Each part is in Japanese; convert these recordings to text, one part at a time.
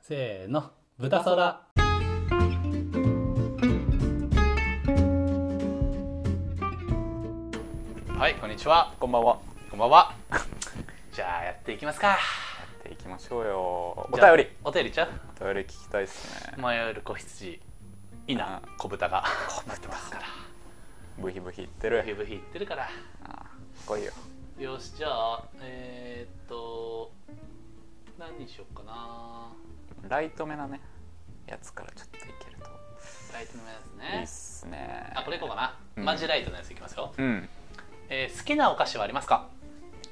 せーの豚そらはいこんにちはこんばんは。こんばんはじゃあやっていきますかやっていきましょうよ。おじゃあ便り。お便りちゃお便り聞きたいですねう。迷える子羊いいな小豚が待ってますからブヒブヒ言ってブヒる。ブヒ言ってるからあー来いよ。よしじゃあえー、っと何にしよっかなライトめなね、やつからちょっといけるとライトのやついいねっすね。あこれいこうかな、うんマジライトのやついきますよ、うん。えー好きなお菓子はあります か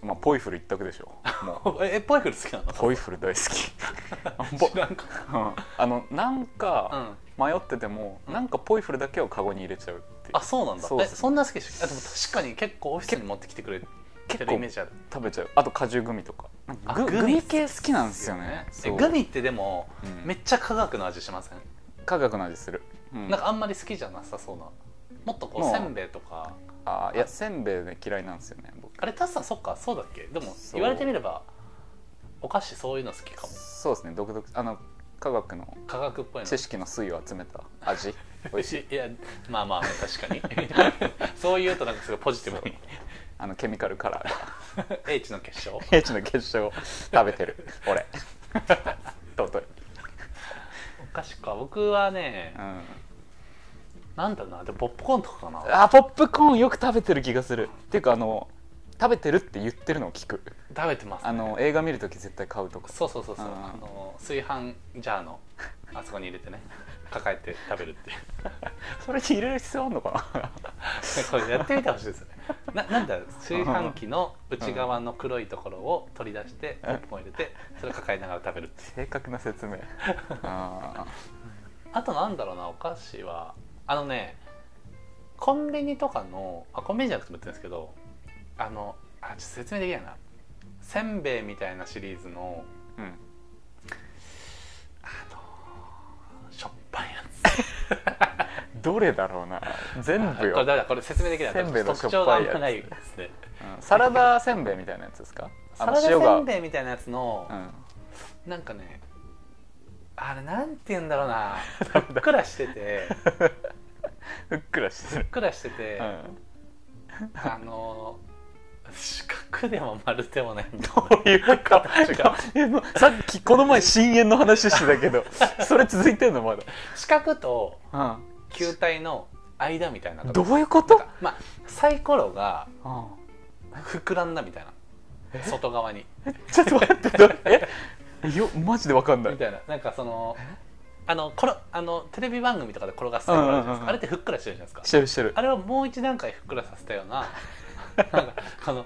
まあポイフル一択でしょ。もえポイフル好き なのうポイフル大好き。知らんかうんあのなんか迷ってても、うんなんかポイフルだけをカゴに入れちゃうっていうあそうなんだそうえそうそんな好きでしょあでも確かに結構オフィスに持ってきてくれて結る構イメージある食べちゃうあと果汁グミとかなんかあグググミミ系好きなんですよねえそうグミってでも、うんめっちゃ科学の味しません、科学の味する、うんなんかあんまり好きじゃなさそうなもっとこもううせんべいとかあーいやせんべいね嫌いなんですよね僕あれタスさんそっかそうだっけでもそう言われてみればお菓子そういうの好きかもそうですね独特あの科学の科学っぽいの知識の粋を集めた味 美味しいいやまあまあ確かに そう言うとなんかすごいポジティブにあのケミカルカラー が H の結晶 H の結晶を食べてる俺 尊い、お菓子か僕はねうん、なんだろうなでもポップコーンとかかなあポップコーンよく食べてる気がするっていうかあの食べてるって言ってるのを聞く食べてます、ね、あの映画見るとき絶対買うとかそうそうそうそう、うんあの炊飯ジャー のあそこに入れてね抱えて食べるっていう それに入れる必要あんのかなこれやってみてほしいですねななんだろう炊飯器の内側の黒いところを取り出してポップコーン入れてそれを抱えながら食べるっていう 正確な説 明ああとなんだろうなお菓子はあのねコンビニとかのあコンビニじゃなくても売ってるんですけどあのあちょっと説明できないなせんべいみたいなシリーズのーうんしょっぱいやつどれだろうな全部これよ、だめだこれ説明できないせんべいのしょ特徴っぱがあいんやつまないですねうんサラダせんべいみたいなやつですかサあラのダせ塩がんべいみたいなやつの、うんなんかねあれなんて言うんだろう なふっくらしててふっふっくらしてる、くらしてて、 うん、あの四角でも丸でもないんだこういう形が えもうさっきこの前深淵の話してたけど それ続いてんのま四角とだ、球体の間みたいなうん、とどこういうこなんとか、まあ、サイコロがうん膨らんだみたいな外側にちょっと待ってどれええよマジでわかんないみたいななんかそのあのこのあのテレビ番組とかで転がすサイコロあるじゃないですうかんうんうんうんあれってふっくらしてるじゃないでしすかてるしてるあれをもう一段階ふっくらさせたようななんかこの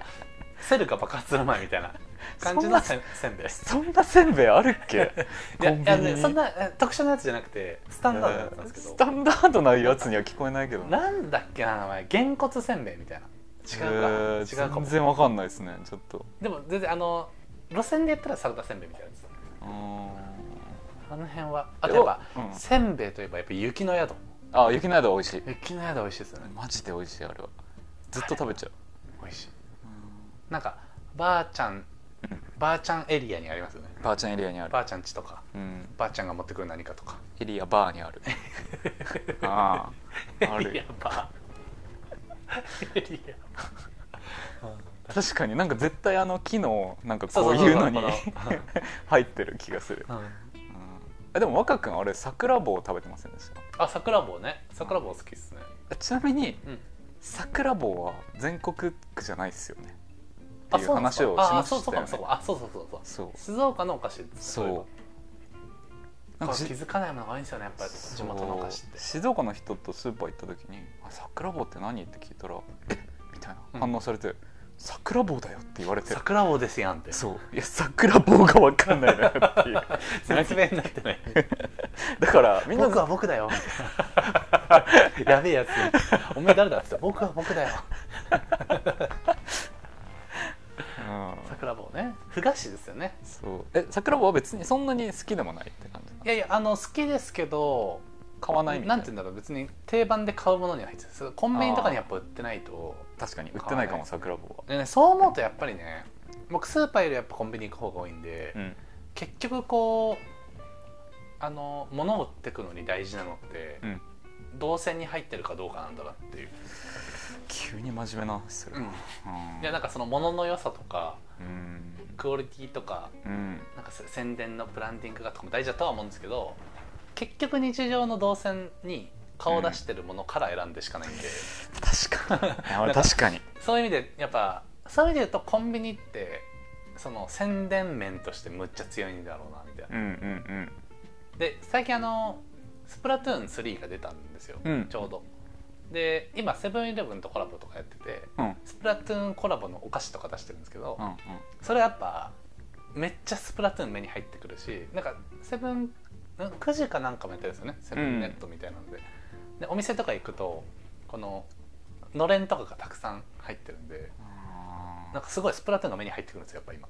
セルが爆発する前みたいな感じのせんせんべいそんなせんべいあるっけいコやンビニいやねそんなえ特殊なやつじゃなくてスタンダードなやつなんですスけタンダードなやつには聞こえないけどどななんだっけな名前げんこつせんべいみたいな違うか、違えうーかも全然わかんないですねちょっとでも全然あの路線で言ったらサラダせんべいみたいなやつうーんあの辺はあとやっぱ、うんせんべいといえばやっぱ雪の宿あ雪の間美味しい雪の宿美味しいですよねマジで美味しいあれはずっと食べちゃう美味しいなんかばあちゃんばあちゃんエリアにありますよねばあちゃんエリアにあるばあちゃん家とかうんばあちゃんが持ってくる何かとかエリアバーにあ るあああエ リアるばエリ確かになんか絶対あの木のなんかそうこそううそういうそうのにこの入ってる気がする、ア、うん、うん、えでも若君あれ桜棒食べてませんでしたあ桜棒ね桜棒好きっすねえちなみにうん桜棒は全国区じゃないですよねあっていうそうなんですか話をしまあそうしそたうかよねもそうかもあそうそうそうそうそう静岡のお菓子ですねそうこなんれか気しづかないものが多いんですよねやっぱり地元のお菓子ってそう静岡の人とスーパー行った時に「あ桜棒って何?」って聞いたら「えみたいなうん反応されて「桜棒だよ」って言われて桜棒ですやんってそういや桜棒が分かんないなっていう 説明になってないだからみんな 僕は僕だよ やべえやつ お前誰だって僕は僕だようん桜棒ねふ菓子ですよねそうえ桜棒は別にそんなに好きでもないって感じないやいやあの好きですけど買わないみたいななんて言うんだろう別に定番で買うものには入ってないコンビニとかにやっぱ売ってないと確かに売ってないか買わなもい桜棒はでねそう思うとやっぱりね僕スーパーよりやっぱコンビニ行く方が多いんで、うん結局こうあの物を売ってくのに大事なのって、うん動線に入ってるかどうかなんだなっていう、急に真面目な話する、うんいやなんかその物の良さとかうんクオリティとかうんなんかせ宣伝のブランディングがとかも大事だとは思うんですけど結局日常の動線に顔を出してるものから選んでしかないんで、確かにいや俺なんか確かにそういう意味でやっぱそういう意味で言うとコンビニってその宣伝面としてむっちゃ強いんだろうなみたいなうんうんで最近あの「スプラトゥーン3が出たんですよ、うんちょうどで今セブンイレブンとコラボとかやっててうんうんスプラトゥーンコラボのお菓子とか出してるんですけど、うんうんそれやっぱめっちゃスプラトゥーン目に入ってくるしなんかセブンん9時かなんかもやってるんですよねセブンネットみたいなので,、でお店とか行くとこののれんとかがたくさん入ってるんであーなんかすごいスプラトゥーンが目に入ってくるんですよやっぱ今。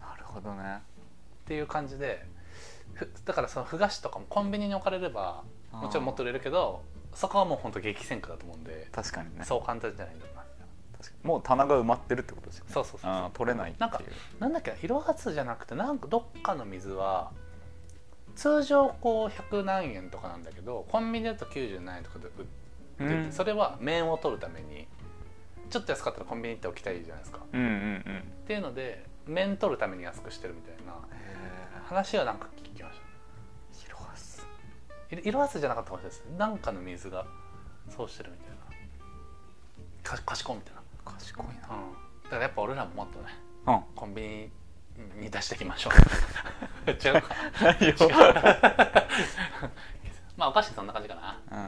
なるほどねっていう感じでふだからそのふ菓子とかもコンビニに置かれればもちろんもっとあ売れるけどそこはもうほんと激戦区だと思うんでー、確かにねそう簡単じゃないんだな確かにもう棚が埋まってるってことですよねそうそうそうあそー取れないっていなんかううなんだっけ色はずじゃなくてなんかどっかの水は通常こう100何円とかなんだけどコンビニだと90何円とかで売ってて、うんそれは面を取るためにちょっと安かったらコンビニ行って置きたいじゃないですかうんうんうんっていうので面取るために安くしてるみたいな話はなんか聞きました広ロスい色あせじゃなかったかもしれないですなんかの水がそうしてるみたいなか賢いみたい賢いな、うん、だからやっぱ俺らももっとね なうんコンビニに出していきましょう 違うかないよ違うまあお菓子そんな感じかなうん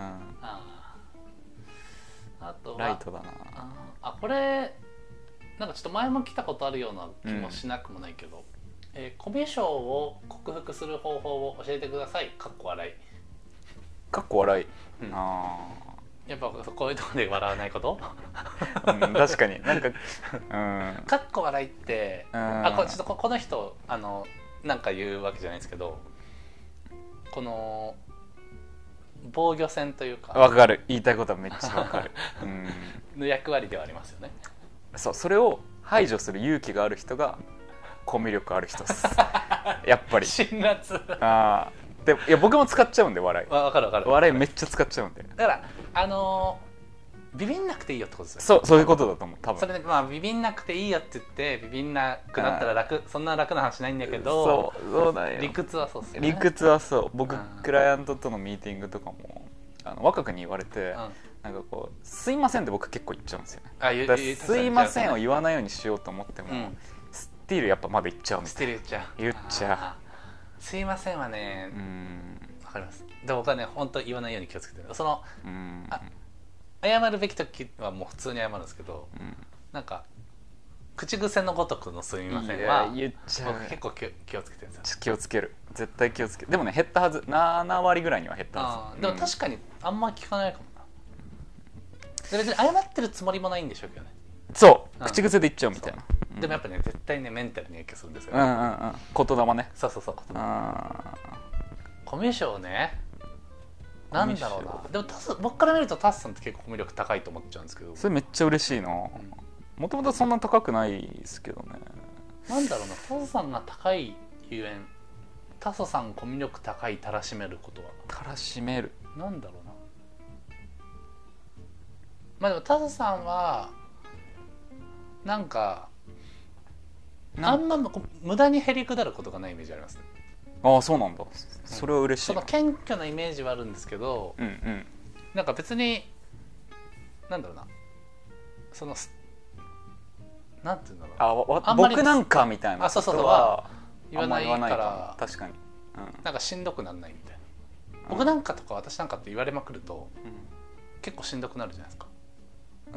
あーあとはライトだなあーあこれなんかちょっと前も来たことあるような気もしなくもないけど、えーコミュ障を克服する方法を教えてくださいかっこ笑いかっこ笑い、うんあやっぱこういうところで笑わないことー、うん、確かになんかうん かっこ笑いってうんあこちょっとここの人あのなんか言うわけじゃないですけどこの防御線というわかかる言いたいことはめっちゃわかる、うん、の役割ではありますよねそうそれを排除する勇気がある人がコミュ力ある人 っすやっぱり辛辣あーでいや僕も使っちゃうんで笑いわわかるわかるだ笑いめっちゃ使っちゃうんでからあのビビんなくていいよってことですよそうそういうことだと思う多分それでまあビビんなくていいよって言ってビビんなくなったら楽そんな楽な話ないんだけどそうそうなんよ理屈はそうっすよね理屈はそう僕うんクライアントとのミーティングとかもあの若くに言われて、うんあなんかこう「すいません」って僕結構言っちゃうんですよねゆだからゆすいません」を言わいないようにしようと思っても、うんスティールやっぱまだ言っちゃうんでスすティル言っちゃう言っちゃうすいませんはねうーんわかりますで僕はね本当言わないように気をつけてるそのうーんあ謝るべき時はもう普通に謝るんですけどうんなんか口癖のごとくの「すみませんいは」や言っちゃう僕結構気を気をつけてるんですよちょ気をつける絶対気をつけるでもね減ったはず7割ぐらいには減ったはあずーでも確かにあんま聞かないかもなで別に謝ってるつもりもないんでしょうけどねうんそううん口癖で言っちゃうみたいなでもやっぱね絶対ねメンタルに影響するんですよ、うんうんうん言霊ねそうそうそうあコミュ障ねなんだろうコミュなでもタス僕から見るとタスさんって結構コミュ力高いと思っちゃうんですけどーそれめっちゃ嬉しいなうんもともとそんな高くないですけどねなんだろうなタスさんが高いゆえんタソさんコミュ力高いたらしめることはたらしめるなんだろうなまあでもタソさんはなんかあなんんまこう無駄にへりくだることがないイメージありますねああそうなんだそれは嬉しそいのな謙虚なイメージはあるんですけどうんうんなんか別になんだろうなそのすなんていうんだろうあわわあんまり僕なんかみたいなあそうそうそう人は言わないあんまかもら確かになんかしんどくならないみたいなうん僕なんかとか私なんかって言われまくるとう結構しんどくなるじゃないですか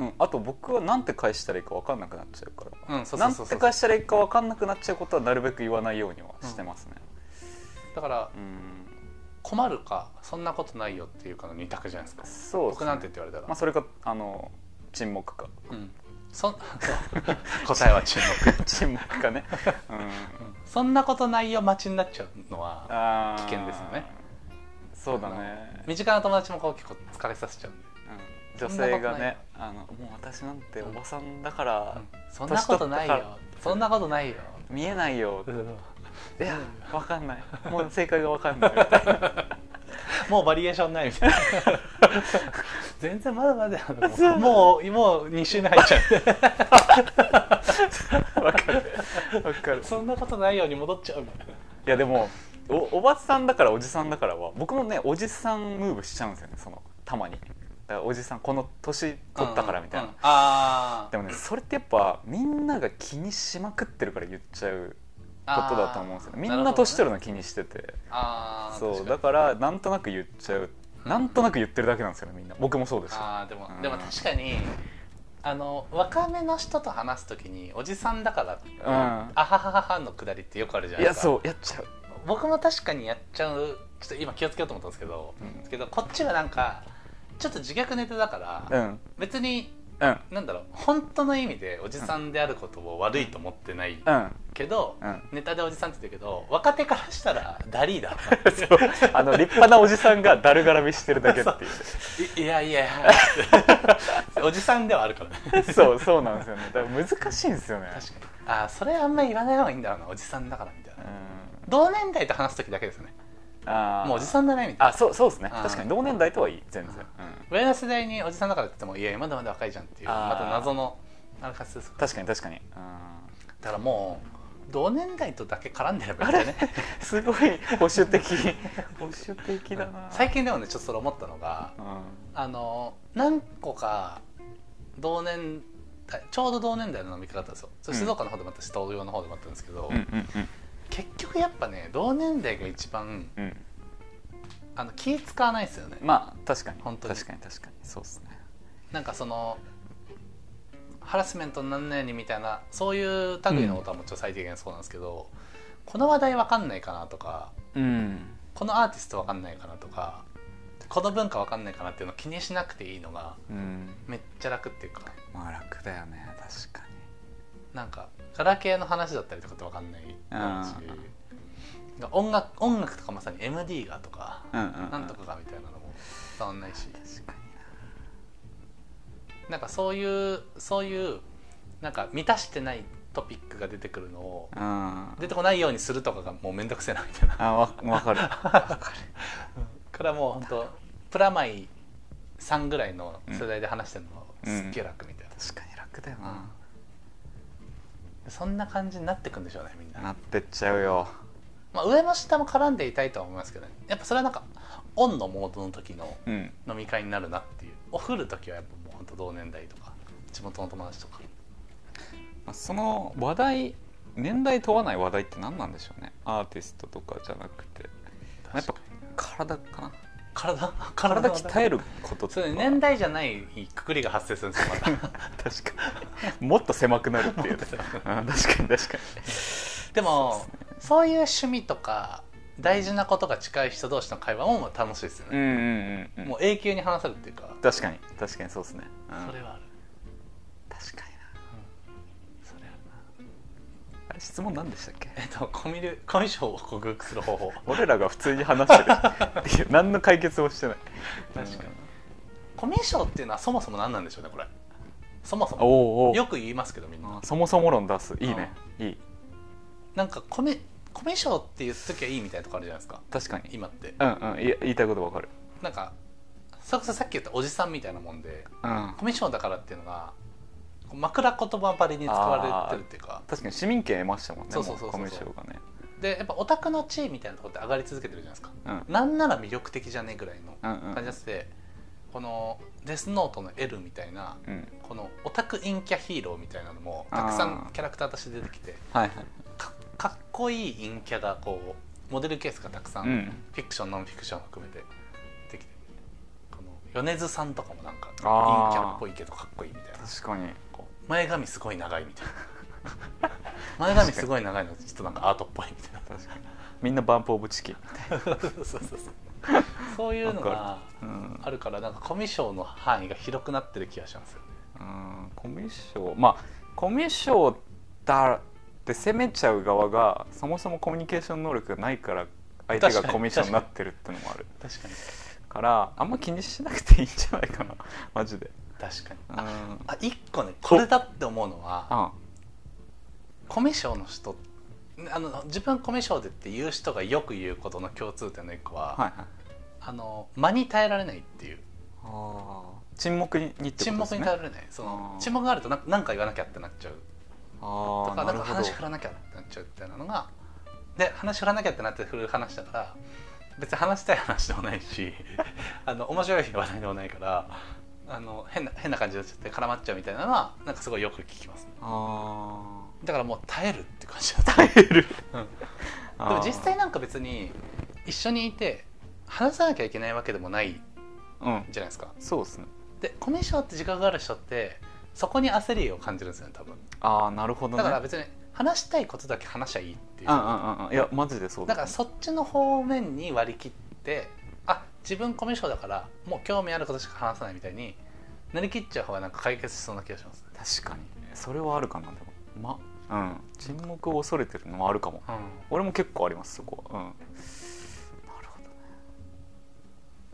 ん、うん、あと僕はなんて返したらいいか分かんなくなっちゃうからうんそうそなうんそうてそう返したらいいか分かんなくなっちゃうことはなるべく言わないようにはしてますねだからうん、困るかそんなことないよっていうかの二択じゃないですかそうです僕ねなんてって言われたら、まあ、それかあの沈黙 かうんそん 答えは沈黙、沈黙かね、うん、うんそんなことないよ待ちになっちゃうのはあー危険ですよねそうだね、身近な友達もこう結構疲れさせちゃうんで、うん、そ女んなことない性がねあのもう私なんておばさんだからうんそんなことない年取ったかよそんなことないよ見えないようんいやわかんないもう正解がわかん ないみたいなもうバリエーションないみ たいな全然まだまだやなもうもう2週目入っちゃわかるわかう るそんなことないように戻っちゃうみたいないやでもおおばさんだからおじさんだからは僕もねおじさんムーブしちゃうんですよねそのたまにだからおじさんこの年取ったからみたいな、うんうんあでもねそれってやっぱみんなが気にしまくってるから言っちゃうことだと思うんですよねみんな年取るの気にしてて、あーなるほどねあーそう確だかからなんとなく言っちゃううんなんとなく言ってるだけなんですよねみんな僕もそうですよあーでもうんでも確かにあの若めの人と話すときにおじさんだから、んあははははのくだりってよくあるじゃないいでやすかそうやっちゃう僕も確かにやっちゃうちょっと今気をつけようと思ったんですけど、うんですけどこっちはなんかちょっと自虐ネタだから、うん別にうんなんだろう本当の意味でおじさんであることを悪いと思ってないうんけど、うんネタでおじさんって言ってるけど若手からしたらダリーだ そうあの立派なおじさんがだるがらみしてるだけっていうい いやいやいや おじさんではあるからね そうそうなんですよねだから難しいんですよね確かにあーそれあんまり言わない方がいいんだろうなおじさんだからみたいな、うん同年代と話す時だけですよねあーもうおじさんだねみたいあなそうそうですねあー確かに同年代とはいい全然、うん上の世代におじさんだからって言ってもいやまだまだ若いじゃんっていうあーまた謎のあれ活ですだ確かに確かに、うんからもう同年代とだけ絡んでればいいんだよねすごい保 守的保守的だな最近でもねちょっとそれ思ったのがうんあの何個か同年代ちょうど同年代の飲み会だったんですよそれうん静岡の方でもあったし東京の方でもあったんですけど、うんうん結局やっぱね同年代が一番うんうんあの気使わないですよねまあ確かに本当に確かに確かにそうですねなんかそのハラスメントになんないようにみたいなそういう類のことはもちろん最低限そうなんですけど、この話題わかんないかなとかうんこのアーティストわかんないかなとかこの文化わかんないかなっていうのを気にしなくていいのがうんめっちゃ楽っていうかまあ楽だよね確かになんかガラケーの話だったりとかってわかんないだろうしうん音楽音楽とかまさに MD がとか、うんうん、うん、なんとかがみたいなのも伝わんないし確かになんかそういうそういうなんか満たしてないトピックが出てくるのをなうん出てこないようにするとかがもうめんどくせえなみたいな あわわ かるからもう本当プラマイ3ぐらいの世代で話してるのはうんすっげえ楽みたいな、確かに楽だような、んそんな感じになってくんでしょうねみんな、なってっちゃうよまあ、上も下も絡んでいたいとは思いますけどねやっぱそれはなんかオンのモードの時のうん飲み会になるなっていうおフる時はやっぱもう本当同年代とか地元の友達とかまあその話題年代問わない話題って何なんでしょうねアーティストとかじゃなくてやっぱ体かな体体体鍛えることとそかれ年代じゃないくくりが発生するんですよまた確かにもっと狭くなるって いうねうん確かに確か でもそういう趣味とか大事なことが近い人同士の会話も楽しいですよにうね、んうんうん、うん、もう永久に話せるっていうか、確かに確かにそうですね、うん、それはある確かになそれあるなあれ質問何でしたっけえっとコミュコミュ障を克服する方法俺らが普通に話してるいや何の解決もしてない確かにコミュ障っていうのはそもそも何なんでしょうねこれそもそおもうおうよく言いますけどみんなそもそも論出すいいねいいなんかコミュコミュ障って言っときゃいいみたいなとこあるじゃないですか確かに今ってうんうんいや言いたいことわかるなんかそれこそさっき言ったおじさんみたいなもんでうんコミュ障だからっていうのがこう枕言葉ばりに使われてるっていうか確かに市民権得ましたもんねそうそうそうそうもコミュ障がねでやっぱオタクの地位みたいなところって上がり続けてるじゃないですかうんなんなら魅力的じゃねえぐらいのうんう感じんがして、このデスノートの L みたいなうんこのオタク陰キャヒーローみたいなのもたくさんあーキャラクターとして出てきてはいはいかかっこいい陰キャがこうモデルケースがたくさん、うんフィクションノンフィクション含めて出てきてこの米津さんとかもなんか陰キあーャっぽいけどかっこいいみたいな確かにこう前髪すごい長いみたいな 前髪すごい長いのちょっとなんかアートっぽいみたいな確かにみんなバンプオブチキンそうそうそう そういうのがうんあるからなんかコミュ障の範囲が広くなってる気がしますよねうんコミュ障まあコミュ障だって責めちゃう側がそもそもコミュニケーション能力がないから相手がコミュ障になってるってのもある確かにからあんま気にしなくていいんじゃないかな マジで確かにうんああ一個ねこれだって思うのはあコミュ障の人あの自分コミュ障でって言う人がよく言うことの共通点の一個は、はいはいあの間に耐えられないっていうあー沈黙にってことです、ね、沈黙に耐えられないそのあー沈黙があると何何か言わなきゃってなっちゃうあとあかなんか話振からなきゃってなっちゃうみたいなのがで話振らなきゃってなって振る話だから別に話したい話でもないし あの面白い話題でもないからあの変な変な感じになっちゃって絡まっちゃうみたいなのはなんかすごいよく聞きますあだからもう耐えるって感じだった耐 える、うんあーでも実際なんか別に一緒にいて話さなきゃいけないわけでもないうんじゃないですかそうですねでコミュ障って自覚がある人ってそこに焦りを感じるんですよね多分ああなるほどねだから別に話したいことだけ話しゃいいっていううんうんうんうんいやマジでそうだだからそっちの方面に割り切ってあ自分コミュ障だからもう興味あることしか話さないみたいになりきっちゃう方がなんか解決しそうな気がします、確かにそれはあるかなでもまうん沈黙を恐れてるのもあるかもうん、俺も結構ありますそこはうんなるほどね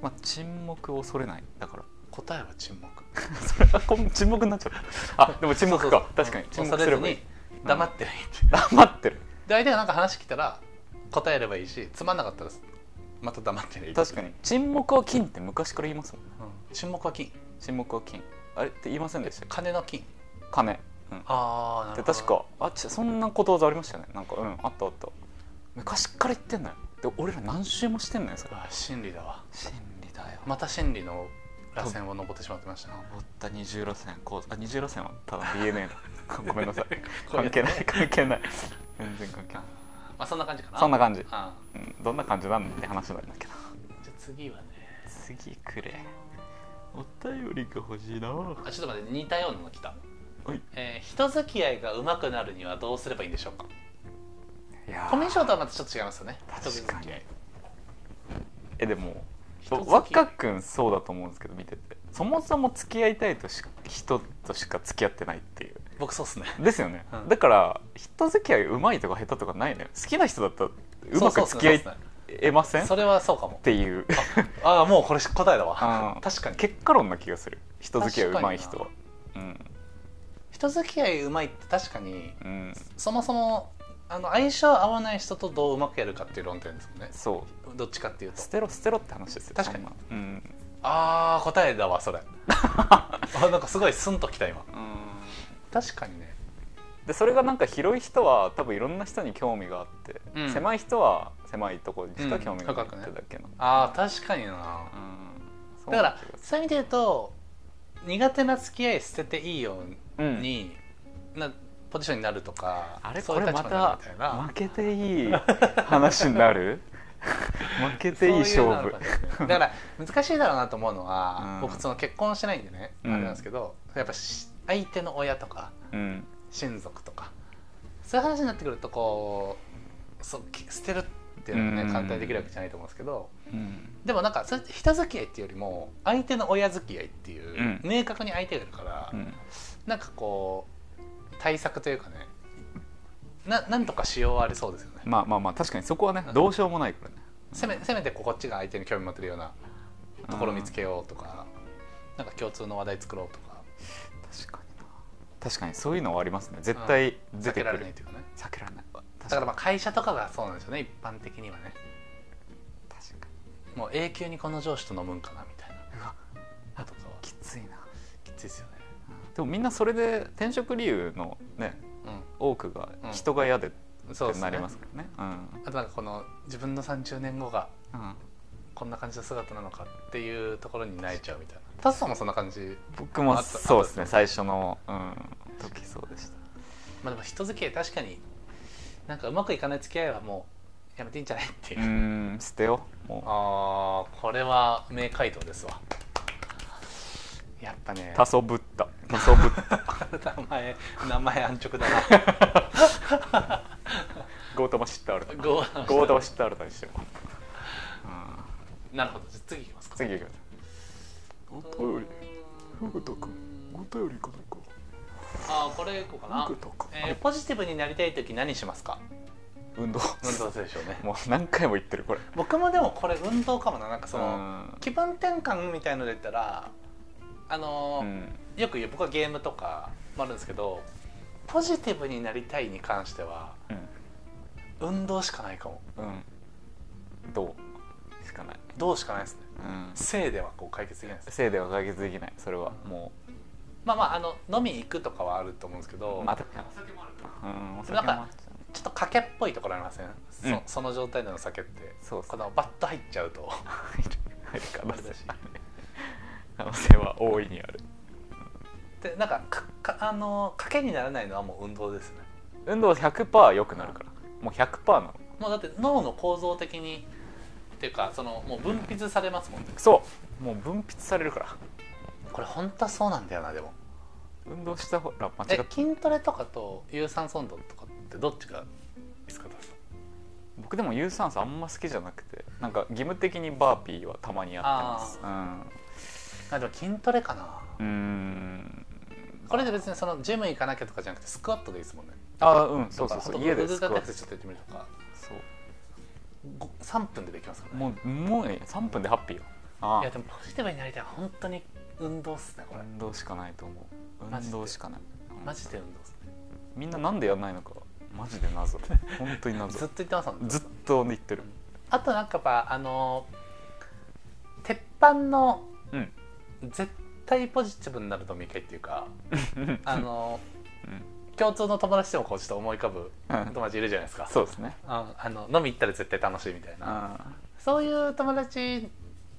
まあ沈黙を恐れないだから答えは沈黙それはこん 沈黙になっちゃうあでも沈黙かそう確かにそうそう沈黙すれ恐ばれいいずに黙ってりゃいいって、黙ってるで相手がなんか話来たら答えればいいしつまんなかったらまた黙ってりゃいい確かに沈黙は金って昔から言いますもんねうん沈黙は金沈黙は金あれって言いませんでしたっけ金の金金うんああなでるほど確かあちそんなことわざありましたよねなんかうんあったあった昔から言ってんのよで俺ら何周もしてんのよそれあ真理だわ真理だよまた真理の螺旋を登ってしまってましたね登った二重路線こうあ二重路線はただ DNA だ ごめんなさい こういう関係ない関係ない全然関係ないまあそんな感じかなそんな感じ、あうん、どんな感じなんって話なんだけどじゃあ次はね次くれお便りが欲しいなはあちょっと待って似たようなの来た、いえー、人付き合いが上手くなるにはどうすればいいんでしょうかいやーコミュ障とはまたちょっと違いますよね人確付かきに合いえでも人付き合い若くんそうだと思うんですけど見ててそもそも付き合いたいとし人としか付き合ってないっていう僕そうっすねですよね、うんだから人付き合い上手いとか下手とかないのよ好きな人だったらうまそうくそう付っきす合ねいえませんっそれはそうかもていうああもうこれ答えだわうん確かに結果論な気がする人付き合い上手い人はうん人付き合い上手いって確かにうんそもそもあの相性合わない人とどううまくやるかっていう論点ですもんねそどっちかっていううと捨てろ捨てろって話ですよ確かにそんなうんあー答えだわそ れあなんかすごいスンときた今確かにねでそれがなんか広い人は多分いろんな人に興味があって、うん狭い人は狭いところにしうかん興味がないって深くねだけの、あー確かになうんそうだからな気がすそういう意味で言うと苦手な付き合い捨てていいよるううんに、なポジションになるとかあれそこういうれ立ま場になたるみたいな負けていい話に なる負けていい勝そういう負のがねだから難しいだろうなと思うのは、うん僕その結婚してないんでね、うんあれなんですけどやっぱし相手の親とかうん親族とかそういう話になってくるとこうそうき捨てるっていうのはね、うん簡単にできるわけじゃないと思うんですけどうんでもなんかそれって人付き合いっていうよりも相手の親付き合いっていう、うん明確に相手がいるから、うんなんかこう対策というかねななんとかしようはありそうですよね、まあまあまあ確かにそこはねうんどうしようもないからねせめせめてこうこっちが相手に興味持てるようなところを見つけようとか、なんか共通の話題作ろうとかうん確かにな確かにそういうのはありますね絶対出避てけくらるれないというかね避けられないだ確からかまあ会社とかがそうなんですよね一般的にはねに確かもう永久にこの上司と飲むんかなみたいなにうわあとかはきついなきついですよねでもみんなそれで転職理由のね多くがうん人が嫌でっうんそうてですなねりますからねうんあとなんかこの自分の30年後がうんこんな感じの姿なのかっていうところに泣いちゃうみたいなタスさんもそんな感じ僕あもとそうですね最初のうん時そうでしたまあでも人付き合い確かになんかうまくいかない付き合いはもうやめていいんじゃないっていう、うーん捨てようもああこれは名回答ですわやっぱねうたそぶったたそぶった 名前名前安直 だゴートマシッタールなゴターゴートマシッタールタにしよう、うん、なるほどじゃあ次いきますか次行きますお便りふぐたくんお便りいかないかああこれいこうかなふぐたくんあえーれポジティブになりたい時何しますか運動運動するでしょうね もう何回も言ってるこれ僕もでもこれ運動かもななんかその、うん気分転換みたいので言ったらあのーうんよく言う僕はゲームとかもあるんですけどポジティブになりたいに関してはうん運動しかないかもうんどうしかない、どうしかないですねうん、性ではこう解決できないですせいでは解決できないそれはもまあまああの飲み行くとかはあると思うんですけうど、またうんお酒なんかもあっちゃうねちょっと賭けっぽいところありません、うそんその状態での酒ってそうこそうのバッと入っちゃうと入る入る可能性私可能性は大いにある でなんかかかあの賭けにならないのはもう運動ですね運動100%良くなるからもう100%なのもうだって脳の構造的にっていうかそのもう分泌されますもんねそうもう分泌されるからこれ本当はそうなんだよなでも運動したほら間違えった筋トレとかと有酸素運動とかってどっちがいいですか僕でも有酸素あんま好きじゃなくてなんか義務的にバーピーはたまにやってますあでも筋トレかなうんうーんこれで別にそのジム行かなきゃとかじゃなくてスクワットでいいですもんねあうんそうそうそとうか家で腕ス立てクワやッつトちょっとやってみるとかそうご3分でできますからねもうもうね3分でハッピーよあいやあでもポジティブになりたい本当に運動っすねこれ運動しかないと思うマジで運動しかないうんマジで運動っすねみんななんでやんないのかマジで 謎本当にず謎っと言ってますもんねずっと言ってるあとなんかやっぱあのー鉄板のうん絶対ポジティブになる飲み会っていうかあのうんー共通の友達でもこうちょっと思い浮かぶうん友達いるじゃないですかそうですねああの飲み行ったら絶対楽しいみたいなあそういう友達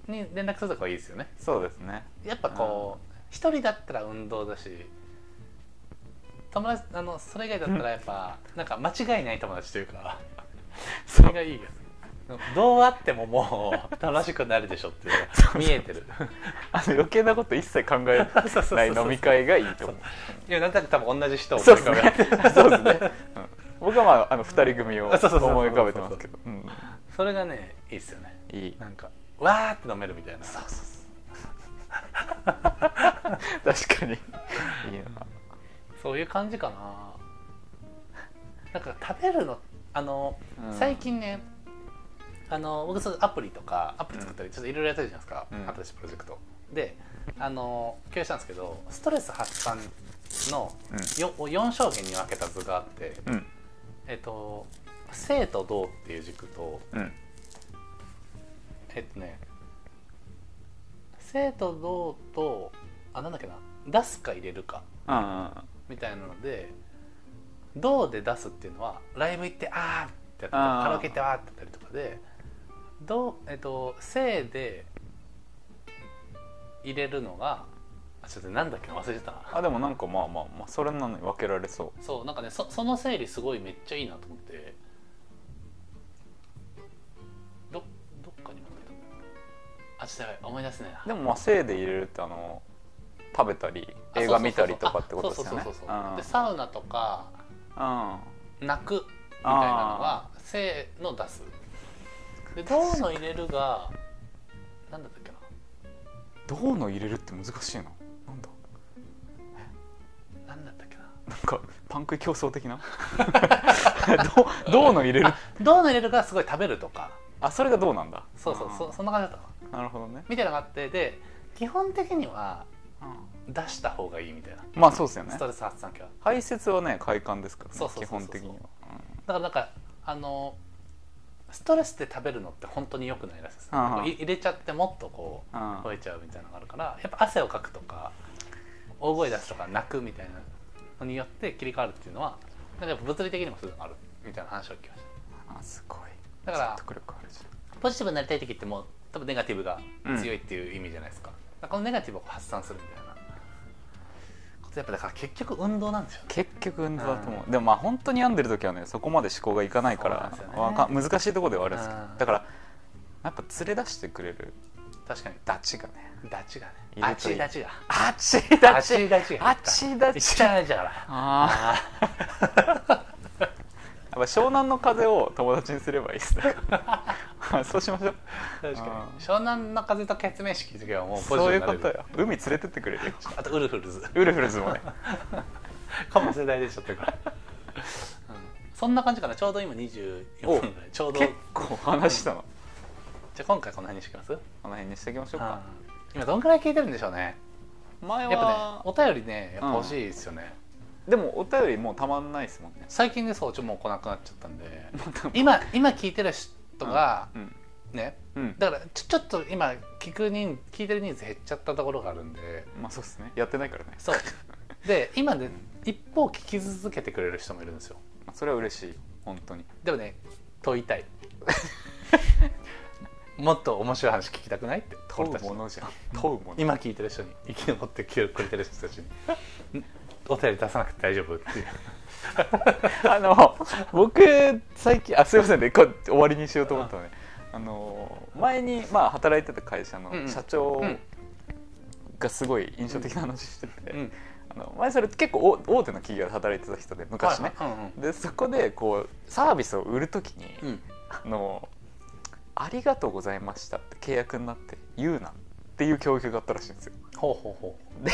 に連絡するとかいいですよねそうですねやっぱこう一人だったら運動だし友達あのそれ以外だったらやっぱなんか間違いない友達というか それがいいですどうあってももう楽しくなるでしょっていうの が見えてるあの余計なこと一切考え そうそうそうない飲み会がいいと思ういやなんとなく多分同じ人をそうで思いす浮ねかべるそうですね、うん僕はまああの2人組をあそうそうそう思い浮かべてますけどうんそれがねいいっすよねいいなんかわーって飲めるみたいなそうそうそう確かにいいなそういう感じかな なんか食べるのあのうん最近ねあの僕そうアプリとかアプリ作ったりちょっといろいろやってるじゃないですか、うん新しいプロジェクトであの共有したんですけどストレス発散のよ4象限に分けた図があって、うんうんえっと「生と動」っていう軸とうんえっとね「生と動」とあなんだっけな出すか入れるかあみたいなので「どう」で出すっていうのはライブ行って「あー」ってやったりあーカラオケ行って「あー」ってやったりとかで「どう」えっと「せい」で入れるのがあちょっとなんだっけな忘れてたなあでもなんかまあまあまあそれなのに分けられそそうなんかねそその整理すごいめっちゃいいなと思ってどどっかに持ってたあちょっとやばい思い出せないうなでもまあせいで入れるってあの食べたり映画見たりとかってことですよねあそうそうそうそううそうんそうでサウナとかうん泣くみたいなのが「せ」の出すで「どう」の入れるがなんだったっけな銅の入れるって難しいななんだなんだったっけななんかパン食い競争的な 銅銅の入れる「どう」の入れるがすごい食べるとかあそれが銅なんだそうそうあーそそんな感じだったかななるほどね、みたいなのがあってで基本的にはうん出した方がいいみたいなまあそうですよねストレス発散系は排泄はね快感ですから、ねそうそうそう基そう本的には、だからなんかあのストレスで食べるのって本当に良くないらしいですあーこうい入れちゃってもっとこううん吠えちゃうみたいなのがあるからやっぱ汗をかくとか大声出すとか泣くみたいなのによって切り替わるっていうのはなんかやっぱ物理的にもそういうのがあるみたいな話を聞きましあすごいただから説得力あるじポジティブになりたい時ってもう多分ネガティブが強いっていう意味じゃないですか,、このネガティブを発散するみたいなことやっぱだから結局運動なんですよゃんね結局運動だと思う、でもまあ本当に病んでる時はねそこまで思考がいかないかそうなんらですよねわか難しいところではあるんですけど、うんだからやっぱ連れ出してくれる確かにダチがねダチがねいるといいあちダチがあちダあちチダチがあちダいっチちゃないじゃからあーやっぱ湘南の風を友達にすればいいですね そうしましょう確かにあー湘南の風と決面式の時はもうポジティそうブいにうなれこるとよ海連れてってくれるよあとウルフルズウルフルズもねかも世代でしょってから、うん、そんな感じかなちょうど今24分ぐらいちょうどじゃ結構話したのあ今回この辺にしてきますこの辺にしていきましょうあかー今どんぐらい聞いてるんでしょうね前やっぱねはお便りねやっぱ欲しいですよね、でもお便りもうたまんないですもんね最近でそうちょもう来なくなっちゃったんで 今今聞いてる人が、うんねうんだからちょちょっと今聞く人聞いてる人数減っちゃったところがあるんでまあそうですねやってないからね、そう で今で一方聞き続けてくれる人もいるんですよまあ、それは嬉しい本当にでもね問い たいもっと面白い話聞きたくないって問俺たうちのものじゃん問うもの今聞いてる人に生き残ってくれてる人たちにんお便り出さなくて大丈夫っていう あの僕最近あすいませんねこう終わりにしようと思ったのねあの前に、まあ、働いてた会社うんうのん社長うんがすごい印象的な話してて、うんあの前それ結構大大手の企業で働いてた人で昔ね、はいはいでそこでこうサービスを売るときに、うんうんあの「ありがとうございました」って契約になって言うなっていう教育があったらしいんですよ。ほうほうほで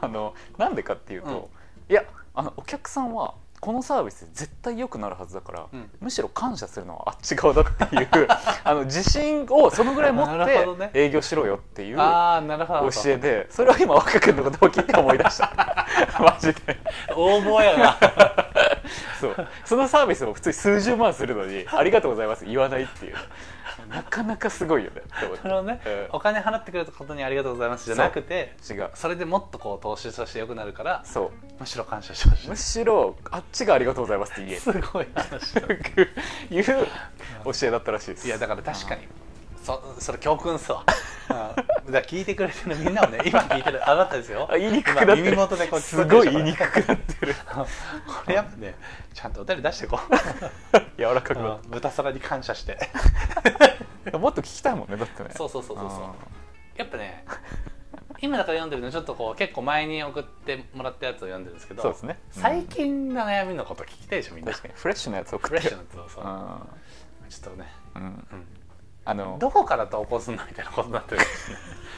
あのなんでかっていうと、いやあのお客さんはこのサービスで絶対良くなるはずだから、うんむしろ感謝するのはあっち側だっていう あの自信をそのぐらい持なっるほどねて営業しろよっていううああなるほど教えでそれを今若君のことを聞いて思い出した マジで大声や なそうそのサービスも普通に数十万するのに「ありがとうございます」言わないっていうなかなかすごいよねって思っそれをね、うんお金払ってくれたことにありがとうございますじゃなくてて違うそれでもっとこう投資として良くなるからそむしろ感謝してほしういむしろあっちが「ありがとうございます」って言えすごい話だいう教えだったらしいですいやだから確かにそそれ教訓っす わうんだから聞いてくれてるみんな もね今聞いてるあなたですよあ言いにくくなって今る耳元でこうす聞こごえいてるでしょ言いにくくなってるこれやっぱねちゃんとお便り出していこ柔らかうくなっうん豚皿に感謝しててもっと聞きたいもんねだってねそうそうそうそうそうあやっぱね今だから読んでるのちょっとこう結構前に送ってもらったやつを読んでるんですけーどそうですね最近の悩みのこと聞きたいでしょみんな確かにフレッシュなやつ送フっレッてシュるなやつをそうあちょっとね、ーううんんあのどこから投稿すんのみたいなことにな ってる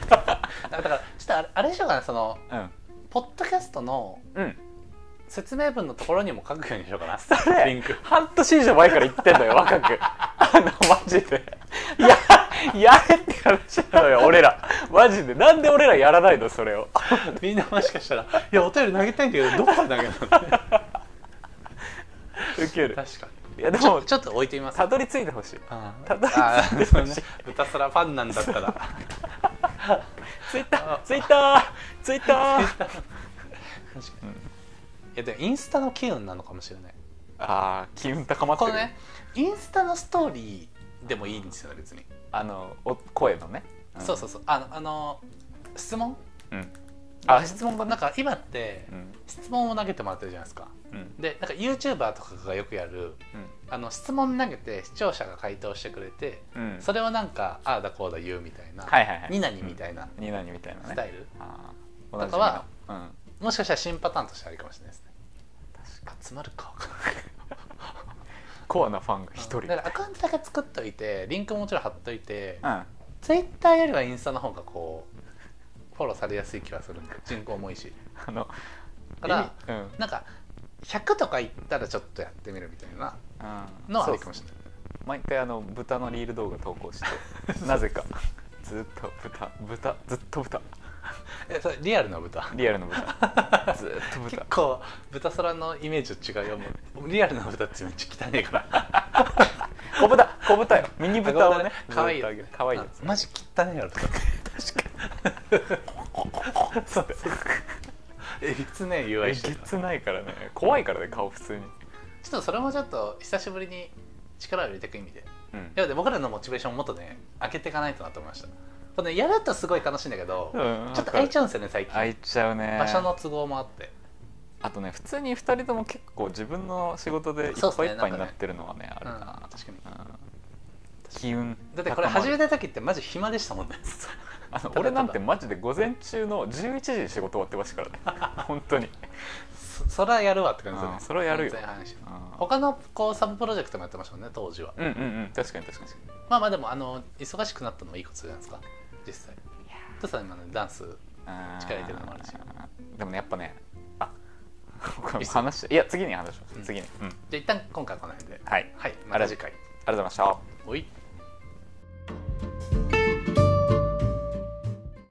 だからちょっとあれあれでしょうかねそのうんポッドキャストのうん説明文のところにも書くようにしようかなそれリンク半年以上前から言ってんのよ若くあのマジでややれって話なのよ俺らマジでなんで俺らやらないのそれをみんなもしかしたらいやお便り投げたいんだけどどこから投げるの 確かウケるにいやでちょもちょっと置いてみますたどり着いてほしいあーたどり着いてあーそうねほしい豚皿ファンなんだ ったらツイッターツイッターツイッター確かにいやでもインスタの機運なのかもしれないあー機運高まってこるのねインスタのストーリーでもいいんですよね別に、あのお声のねそうそうそうあのあの質問うん、うん、ああ質問がなんか今ってうん質問を投げてもらってるじゃないですかうんでなんか YouTuber とかがよくやるあの質問投げて視聴者が回答してくれてうんうんそれをなんかああだこうだ言うみたいな、はいはいはいニナニみたいなになにみたいなねスタイル、あーとかは同じのうんもしかしたら新パターンとしてありかもしれないですね集まるか分かんないコアなファンが一人だからアカウントだけ作っといてリンクももちろん貼っといてうんツイッターよりはインスタの方がこうフォローされやすい気はするんで人口も多いしあのだから意味うんなんか100とかいったらちょっとやってみるみたいなうんのはありかもしれない毎回あの豚のリール動画投稿して なぜかずっと豚豚ずっと豚えそれリアルな豚リアル の豚ずっと結豚構豚皿のイメージと違うよもうリアルな豚ってめっちゃ汚いから小豚小豚よミニ豚をね可愛いよ可愛いやつマジ汚いやろとかそうだよえげつねえ UI えしてげるちょつないからね怖いからね顔普通にっとそれもちょっと久しぶりに力を入れていく意味でうんいやで僕らのモチベーションをもっとね上げていかないとなと思いましたこれねやるとすごい楽しいんだけど、うんちょっと開いちゃうんですよね最開近いちゃうね場所の都合もあってあとね普通に2人とも結構自分の仕事でいっそうっすぱねいいっぱいなんかねになってるのはねあうるなん確かにうん機運だってこれ始めてた時ってマジ暇でしたもんねあのただ俺なんてマジで午前中の11時に仕事終わって ましたからね本当にそ そらやるわって感じだねうんそれはやるよ全然話あー他のこうサブプロジェクトもやってましたもんね当時はうんうんうん確かに確かにまあまあでもあの忙しくなったのもいいことじゃないですか実際とさ今ねダンスあー力入れてるのもあるしでもねやっぱねあ こいいれっす話していや次に話しましょうんう次にうんありじゃあ一旦今回はこの辺ではいはいまた次回がとうございましたおい